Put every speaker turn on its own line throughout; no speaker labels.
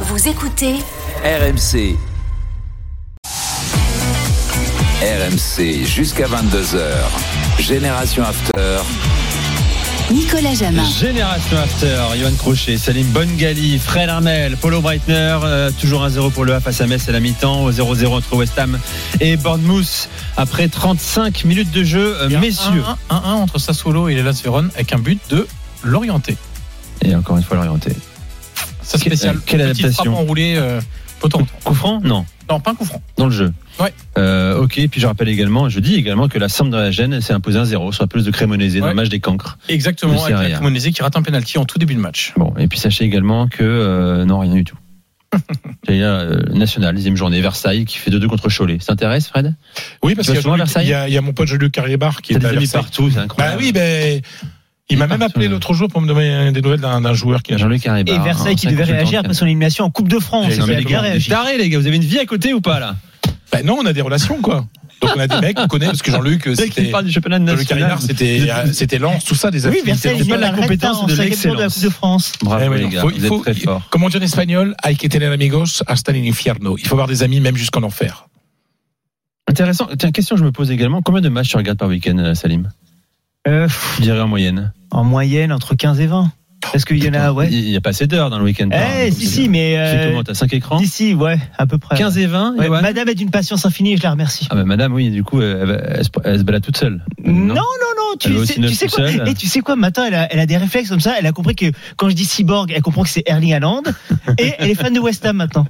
Vous écoutez
RMC. RMC jusqu'à 22h. Génération After.
Nicolas Jamin.
Génération After, Johan Crochet, Salim Bongali, Fred Armel, Paulo Breitner, euh, toujours 1-0 pour le A face à Metz à la mi-temps, au 0-0 entre West Ham et Bournemouth après 35 minutes de jeu, euh,
Il y a
messieurs.
1-1 1-1 entre Sassuolo et l'Elas Vérone avec un but de l'orienté.
Et encore une fois l'orienté.
Ça
Que-
spécial.
euh, quelle
Petite
adaptation
frappe enroulée euh, potente.
Coup franc Non,
Non, pas un coup franc.
dans le jeu.
Ouais.
Euh, ok, puis je rappelle également, je dis également que la Samp de la Gêne s'est imposée 1-0 sur la pelouse de Crémonésé dans
Ouais.
le match des Cancres.
Exactement,
Lucien
avec
Raya.
la Cremonese qui rate un penalty en tout début de match.
Bon, et puis sachez également que euh, non, rien du tout. J'allais dire, euh, national, dixième journée, Versailles qui fait 2-2 contre Cholet. Ça t'intéresse, Fred
Oui, parce
Tu
qu'il y,
vas
a
souvent à
Jean-Luc-
Versailles
il y a- il y a mon pote Jean-Luc Carrier-Bar qui
T'as
est
des
à
amis
Versailles.
partout, c'est
Bah
incroyable.
oui, ben. Il
Ah,
m'a même appelé l'autre jour pour me donner des nouvelles d'un d'un joueur qui Bah, a
Jean-Luc Carré-Bar,
Et Versailles
hein,
qui devait
cinq
réagir
consultants.
après son élimination en Coupe de France.
Non,
Il
mais
a
les
bien
gars,
réagi.
tarés, les gars, vous avez une vie à côté ou pas là
Bah non, on a des relations, quoi. Donc on a des mecs qu'on connaît, parce que Jean-Luc, euh,
Dès qu'il
c'était.
parle du championnat
Jean-Luc
national.
Carrier-Bar, c'était euh, c'était Lens, tout ça, des
Oui,
affinités.
Versailles,
C'est
il
pas
pas
de la
la
compétence,
compétence
c'est de
de de la Coupe de France.
Eh
Bravo
ouais,
les
donc,
gars,
faut-
vous
il faut-
êtes très forts.
Comme on dit en espagnol, hay que tener amigos hasta el infierno. Il faut avoir des amis même jusqu'en enfer.
Intéressant. Tiens, question que je me pose également. Combien de matchs tu regardes par week-end, euh, Salim
Euh, pff,
Je dirais en moyenne.
en moyenne, entre 15 et 20. Parce qu'il y en a, ouais.
Il n'y a pas assez d'heures dans le week-end.
Eh,
hein,
si,
donc,
si, mais.
Tu fais
euh,
comment T'as 5 écrans
Si, si, ouais, à peu près.
15 et 20
Ouais,
Johan
Madame est d'une patience infinie et je la remercie.
Ah bah madame, oui, du coup, elle, va- elle se- elle se balade toute seule.
Non, non, non, tu,
Euh, Elle va au
sais,
cinéma
tu sais quoi
seule.
Et tu sais quoi Maintenant, elle a, elle a des réflexes comme ça. Elle a compris que quand je dis cyborg, elle comprend que c'est Erling Haaland. et elle est fan de West Ham maintenant.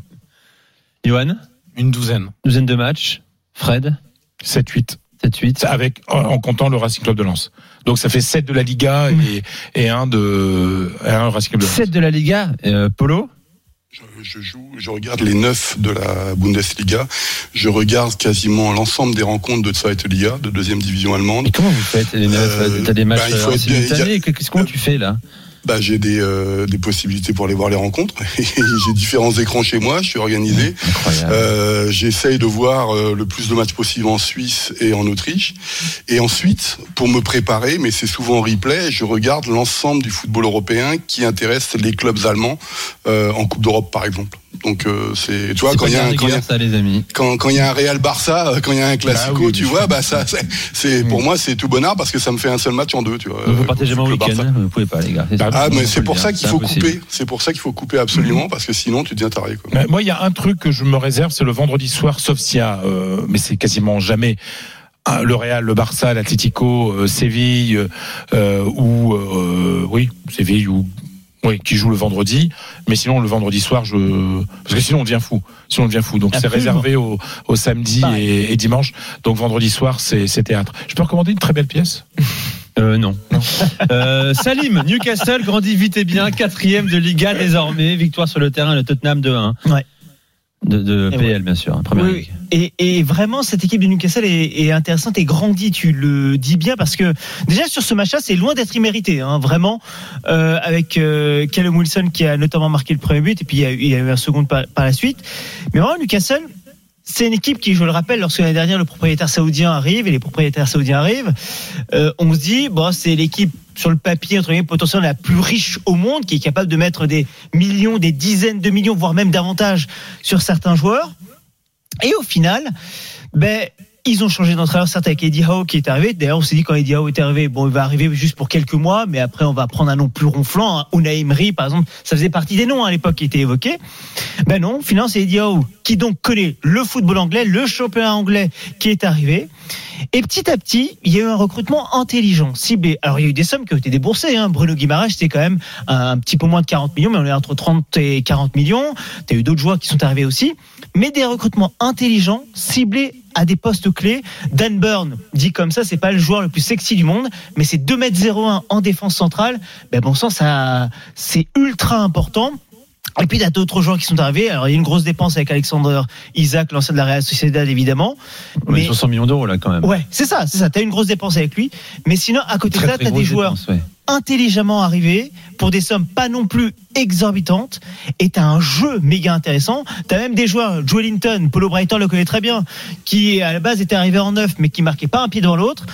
Johan,
Une douzaine.
douzaine de matchs. Fred,
7-8.
7-8.
Avec, en- en comptant le Racing Club de Lens. Donc ça fait 7 de la Liga et, et 1 de, et un Racing Club de Lens.
7 de la Liga, euh, Polo.
Je joue, je regarde les neuf de la Bundesliga. Je regarde quasiment l'ensemble des rencontres de Zweite Liga, de deuxième division
Et
allemande.
comment vous faites les neuf,
Euh,
T'as des
bah,
matchs
il faut
euh,
être bien-
simultanés Qu'est-ce que tu fais là
Bah, j'ai des, euh, des possibilités pour aller voir les rencontres. j'ai différents écrans chez moi, je suis organisé.
Incroyable.
Euh, J'essaye de voir euh, le plus de matchs possible en Suisse et en Autriche. Et ensuite, pour me préparer, mais c'est souvent en replay, je regarde l'ensemble du football européen qui intéresse les clubs allemands euh, en Coupe d'Europe, par exemple. Donc, euh, c'est, tu vois,
C'est
quand
pas
il y a
bien
un, quand il y a-
régulier, ça, les amis.
quand quand il y a un Real Barça, euh, quand il y a un Classico,
oui, oui,
tu
je
vois, bah ça, c'est- c'est pour moi c'est tout bonheur parce que ça me fait un seul match en deux, tu vois.
Donc, vous
euh,
partagez
le
mon week-end,
Barça.
hein, vous pouvez pas, les gars.
Ah,
Ah
ça,
mais
faut
c'est
le
pour
dire,
ça qu'il
c'est
faut
impossible. Mm.
couper, c'est pour ça qu'il faut couper absolument parce que sinon tu deviens taré. Quoi.
Mais Euh, Moi, il y a un truc que je me réserve, c'est le vendredi soir, sauf s'il y a, euh, mais c'est quasiment jamais, hein, le Real, le Barça, l'Atlético, euh, Séville, euh, euh, ou, euh, oui, Séville, ou, oui, qui joue le vendredi. Mais sinon, le vendredi soir, je, parce que sinon, on devient fou. Sinon, on devient fou. Donc, c'est
Absolument.
réservé au, au samedi
Pareil.
et, et dimanche. Donc, vendredi soir, c'est c'est théâtre. Je peux recommander une très belle pièce?
Euh, non. Euh, Salim, Newcastle grandit vite et bien, quatrième de Liga désormais, victoire sur le terrain de Tottenham 2-1.
Ouais.
De, de
Et
PL, bien sûr, hein, première
Oui,
ligue.
Et, et vraiment, cette équipe de Newcastle est, est intéressante et grandit, tu le dis bien, parce que déjà sur ce match-là, c'est loin d'être immérité, hein, vraiment, euh, avec euh, Callum Wilson qui a notamment marqué le premier but, et puis il y a, eu- il y a eu un second par, par la suite. Mais vraiment, Newcastle, c'est une équipe qui, je le rappelle, lorsque l'année dernière, le propriétaire saoudien arrive, et les propriétaires saoudiens arrivent, euh, on se dit, bon, c'est l'équipe sur le papier, entre guillemets, potentiellement la plus riche au monde, qui est capable de mettre des millions, des dizaines de millions, voire même davantage sur certains joueurs. Et au final, ben, ils ont changé d'entraîneur, certes avec Eddie Howe qui est arrivé. D'ailleurs, on s'est dit quand Eddie Howe est arrivé, bon, il va arriver juste pour quelques mois, mais après, on va prendre un nom plus ronflant. Hein. Unai Emery, par exemple, ça faisait partie des noms hein, à l'époque qui étaient évoqués. Ben non, finalement, c'est Eddie Howe qui donc connaît le football anglais, le championnat anglais qui est arrivé. Et petit à petit, il y a eu un recrutement intelligent, ciblé. Alors, il y a eu des sommes qui ont été déboursées. Hein. Bruno Guimaraes, c'était quand même un, un petit peu moins de 40 millions, mais on est entre 30 et 40 millions. Tu as eu d'autres joueurs qui sont arrivés aussi. Mais des recrutements intelligents, ciblés à des postes clés. Dan Burn, dit comme ça, c'est pas le joueur le plus sexy du monde, mais c'est 2m01 en défense centrale. Ben bon sang, ça, c'est ultra important. Et puis, il y a d'autres joueurs qui sont arrivés. Alors, il y a une grosse dépense avec Alexander Isaac, l'ancien de la Real Sociedad, évidemment.
On est sur 100 millions d'euros là quand même.
Ouais, c'est ça, c'est ça. T'as une grosse dépense avec lui, mais sinon à côté de ça, t'as des
grosse
joueurs
dépense, ouais.
intelligemment arrivés pour des sommes pas non plus exorbitantes, et t'as un jeu méga intéressant. T'as même des joueurs, Joe Linton, Polo Brighton le connaît très bien, qui à la base était arrivé en neuf, mais qui marquait pas un pied dans l'autre.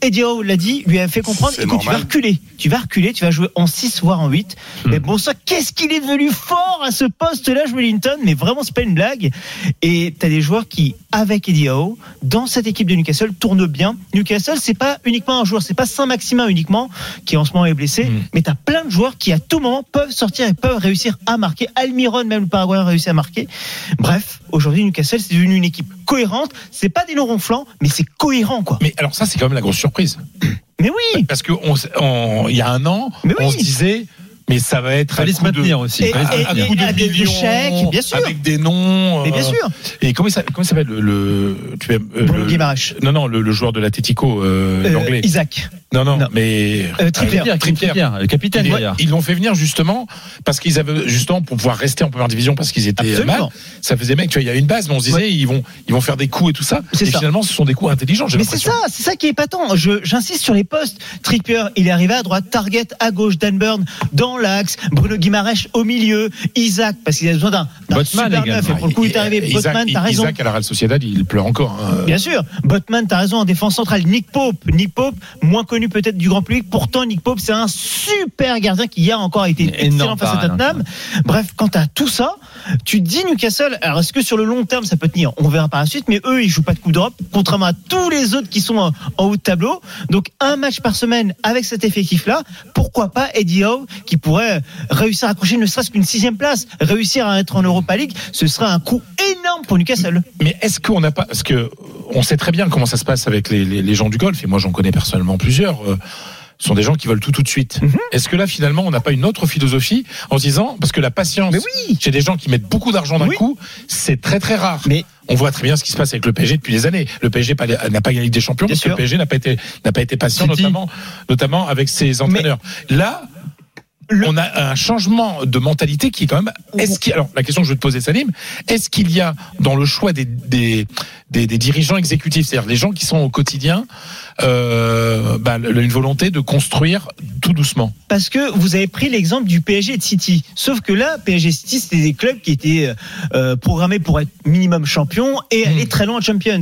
Eddie Howe l'a dit, lui a fait comprendre
C'est
écoute, tu vas
normal.
reculer, tu vas reculer, tu vas jouer en 6 voire en 8.
Hmm.
Mais bon sang, qu'est-ce qu'il est devenu fort à ce poste-là, Joe Wellington Mais vraiment, c'est pas une blague. Et t'as des joueurs qui, avec Eddie Howe, dans cette équipe de Newcastle, tournent bien. Newcastle, c'est pas uniquement un joueur, c'est pas Saint-Maximin uniquement qui en ce moment est blessé,
Hmm.
mais t'as plein de joueurs qui à tout moment peuvent sortir et peuvent réussir à marquer. Almiron, même le Paraguayen, a réussi à marquer. Bref, aujourd'hui, Newcastle, c'est devenu une équipe cohérente. C'est pas des longs ronflants, mais c'est cohérent, quoi.
Mais alors ça, c'est quand même la grosse surprise.
Mais oui
Parce que on s- on- il y a un an,
Mais
on
oui.
se disait, mais ça va être à
Fallait se
coup de-
maintenir aussi.
Et-
fallait se
à- à
maintenir.
coup de
avec des
millions,
chèques, bien sûr.
avec des noms.
mais bien
euh,
sûr,
Et comment il s'a- comment il s'appelle le, le- tu aimes, euh,
Bruno
le-
Guimaraes.
Non, non, le, le joueur de l'Atletico, euh,
Euh,
l'anglais.
Isaac,
Non, non,
non.
mais.
Euh, Trippier.
Ah, Trippier.
Trippier, le capitaine
Ils-
d'ailleurs.
Ils l'ont fait venir justement parce qu'ils avaient justement pour pouvoir rester en première division parce qu'ils étaient euh, mal.
absolument.
Ça faisait mec, tu vois, il y a une base, mais on se disait ils vont ils vont faire des coups et tout ça.
C'est
Et
ça.
finalement, ce sont des coups intelligents. j'ai
Mais c'est
l'impression.
ça, c'est ça qui est épatant. Je- J'insiste sur les postes. Trippier, il est arrivé à droite, Target à gauche, Dan Burn dans l'axe, Bruno Guimaraes au milieu, Isaac parce qu'il a besoin d'un d'un
Botman
super
également.
neuf. Et Ah, pour le coup, il est arrivé.
Isaac-
Botman, t'as raison.
Isaac à la Real Sociedad, il pleure encore. hein.
Bien sûr, Botman, t'as raison, en défense centrale, Nick Pope, Nick Pope, moins connu peut-être du grand public, pourtant Nick Pope, c'est un super gardien qui hier encore a été
Une
excellent
énorme
face à
parade,
Tottenham. Bref, quant à tout ça, tu te dis Newcastle, alors est-ce que sur le long terme ça peut tenir On verra par la suite, mais eux, ils jouent pas de Coupe d'Europe, contrairement à tous les autres qui sont en, en haut de tableau. Donc un match par semaine avec cet effectif-là, pourquoi pas Eddie Howe qui pourrait euh, réussir à accrocher ne serait-ce qu'une sixième place, réussir à être en Europa League, ce serait un coup énorme pour Newcastle.
Mais est-ce qu'on n'a pas parce que euh, on sait très bien comment ça se passe avec les, les- les gens du golf et moi j'en connais personnellement plusieurs. euh, ce sont des gens qui veulent tout tout de suite.
Mhm.
Est-ce que là finalement on n'a pas une autre philosophie en se disant parce que la patience
Mais oui
chez des gens qui mettent beaucoup d'argent d'un
Oui.
coup c'est très très rare.
Mais-
on voit très bien ce qui se passe avec le PSG depuis des années. Le PSG pas- n'a pas gagné la Ligue des Champions
Bien
parce que le
sûr.
PSG n'a pas été n'a pas été patient
City.
notamment notamment avec ses entraîneurs. Là
Le-
on a un changement de mentalité qui est quand même. Est-ce qu'il- alors la question que je vais te poser, Salim, est-ce qu'il y a dans le choix des des, des, des dirigeants exécutifs, c'est-à-dire les gens qui sont au quotidien, euh, bah, le- une volonté de construire tout doucement
parce que vous avez pris l'exemple du PSG et de City. Sauf que là, PSG et City, c'était des clubs qui étaient euh, programmés pour être minimum champion et
Hmm.
aller très loin en Champions.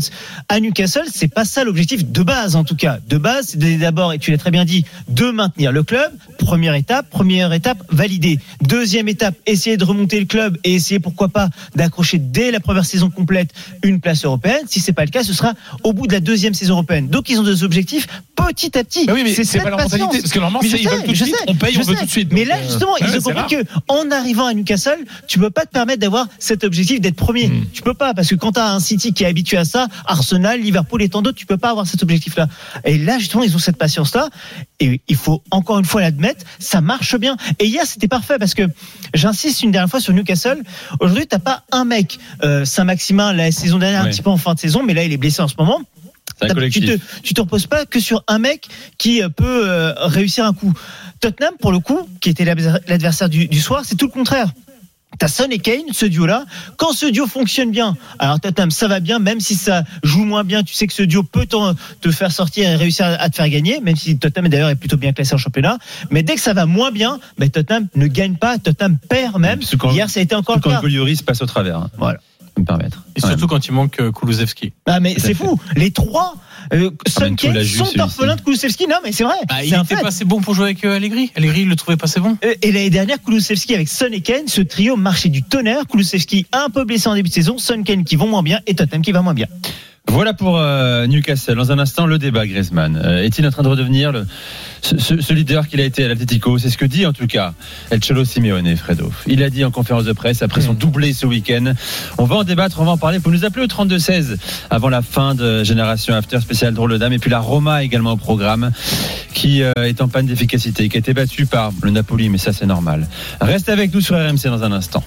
À Newcastle, c'est pas ça l'objectif de base en tout cas. De base, c'est d'aller d'abord, et tu l'as très bien dit, de maintenir le club. Première étape, première étape validée. Deuxième étape, essayer de remonter le club et essayer pourquoi pas d'accrocher dès la première saison complète une place européenne. Si c'est pas le cas, ce sera au bout de la deuxième saison européenne. Donc ils ont des objectifs petit à petit.
Bah oui, mais c'est
cette
pas leur
patience.
mentalité, parce que normalement,
Mais
c'est,
je
ils veulent
sais,
tout de
je
suite,
sais,
on paye,
je
on veut
sais.
tout de suite.
Mais
Donc,
là,
euh,
justement,
ouais,
ils
c'est
ont compris
rare.
que en arrivant à Newcastle, tu peux pas te permettre d'avoir cet objectif d'être premier.
Hmm.
Tu peux pas, parce que quand t'as un City qui est habitué à ça, Arsenal, Liverpool et tant d'autres, tu peux pas avoir cet objectif-là. Et là, justement, ils ont cette patience-là. Et il faut encore une fois l'admettre, ça marche bien. Et hier, c'était parfait parce que j'insiste une dernière fois sur Newcastle. Aujourd'hui, t'as pas un mec. Euh, Saint-Maximin, la saison dernière,
Ouais.
un petit peu en fin de saison, mais là, il est blessé en ce moment.
C'est un
T'as- tu
collectif.
te, tu te reposes pas que sur un mec qui euh, peut euh, réussir un coup. Tottenham, pour le coup, qui était l'adver- l'adversaire du, du soir, c'est tout le contraire. T'as Son et Kane, ce duo-là. Quand ce duo fonctionne bien, alors Tottenham, ça va bien, même si ça joue moins bien, tu sais que ce duo peut t'en- te faire sortir et réussir à, à te faire gagner, même si Tottenham d'ailleurs est plutôt bien classé en championnat. Mais dès que ça va moins bien, ben, Tottenham ne gagne pas, Tottenham perd même.
Parce que quand-
Hier, ça a été encore le
Surtout
cas.
quand Goliori se passe au travers. hein.
Voilà.
Je peux me permettre.
Et surtout quand il manque euh, Kulusevski.
Ah mais
à
c'est
fait.
fou, les trois euh, Son
Ramène tout
Kane
la Juve,
sont
celui-ci.
orphelins de Kulusevski. Non mais c'est vrai,
Ah,
Bah, il
c'est un
était
fait.
pas assez bon pour jouer avec euh, Allegri. Allegri, il le trouvait pas assez bon.
Euh, Et l'année dernière, Kulusevski avec Son et Kane, ce trio marchait du tonnerre. Kulusevski un peu blessé en début de saison, Son Kane qui vont moins bien et Tottenham qui va moins bien.
Voilà pour euh, Newcastle. Dans un instant, le débat, Griezmann. Euh, Est-il en train de redevenir le, ce, ce- ce leader qu'il a été à l'Atletico C'est ce que dit en tout cas El Cholo Simeone, Fredo. Il a dit en conférence de presse après son doublé ce week-end. On va en débattre, on va en parler. Vous nous appeler au 32-16 avant la fin de Génération After spécial Drôle d'âme. Et puis la Roma également au programme qui euh, est en panne d'efficacité, qui a été battue par le Napoli, mais ça c'est normal. Reste avec nous sur RMC dans un instant.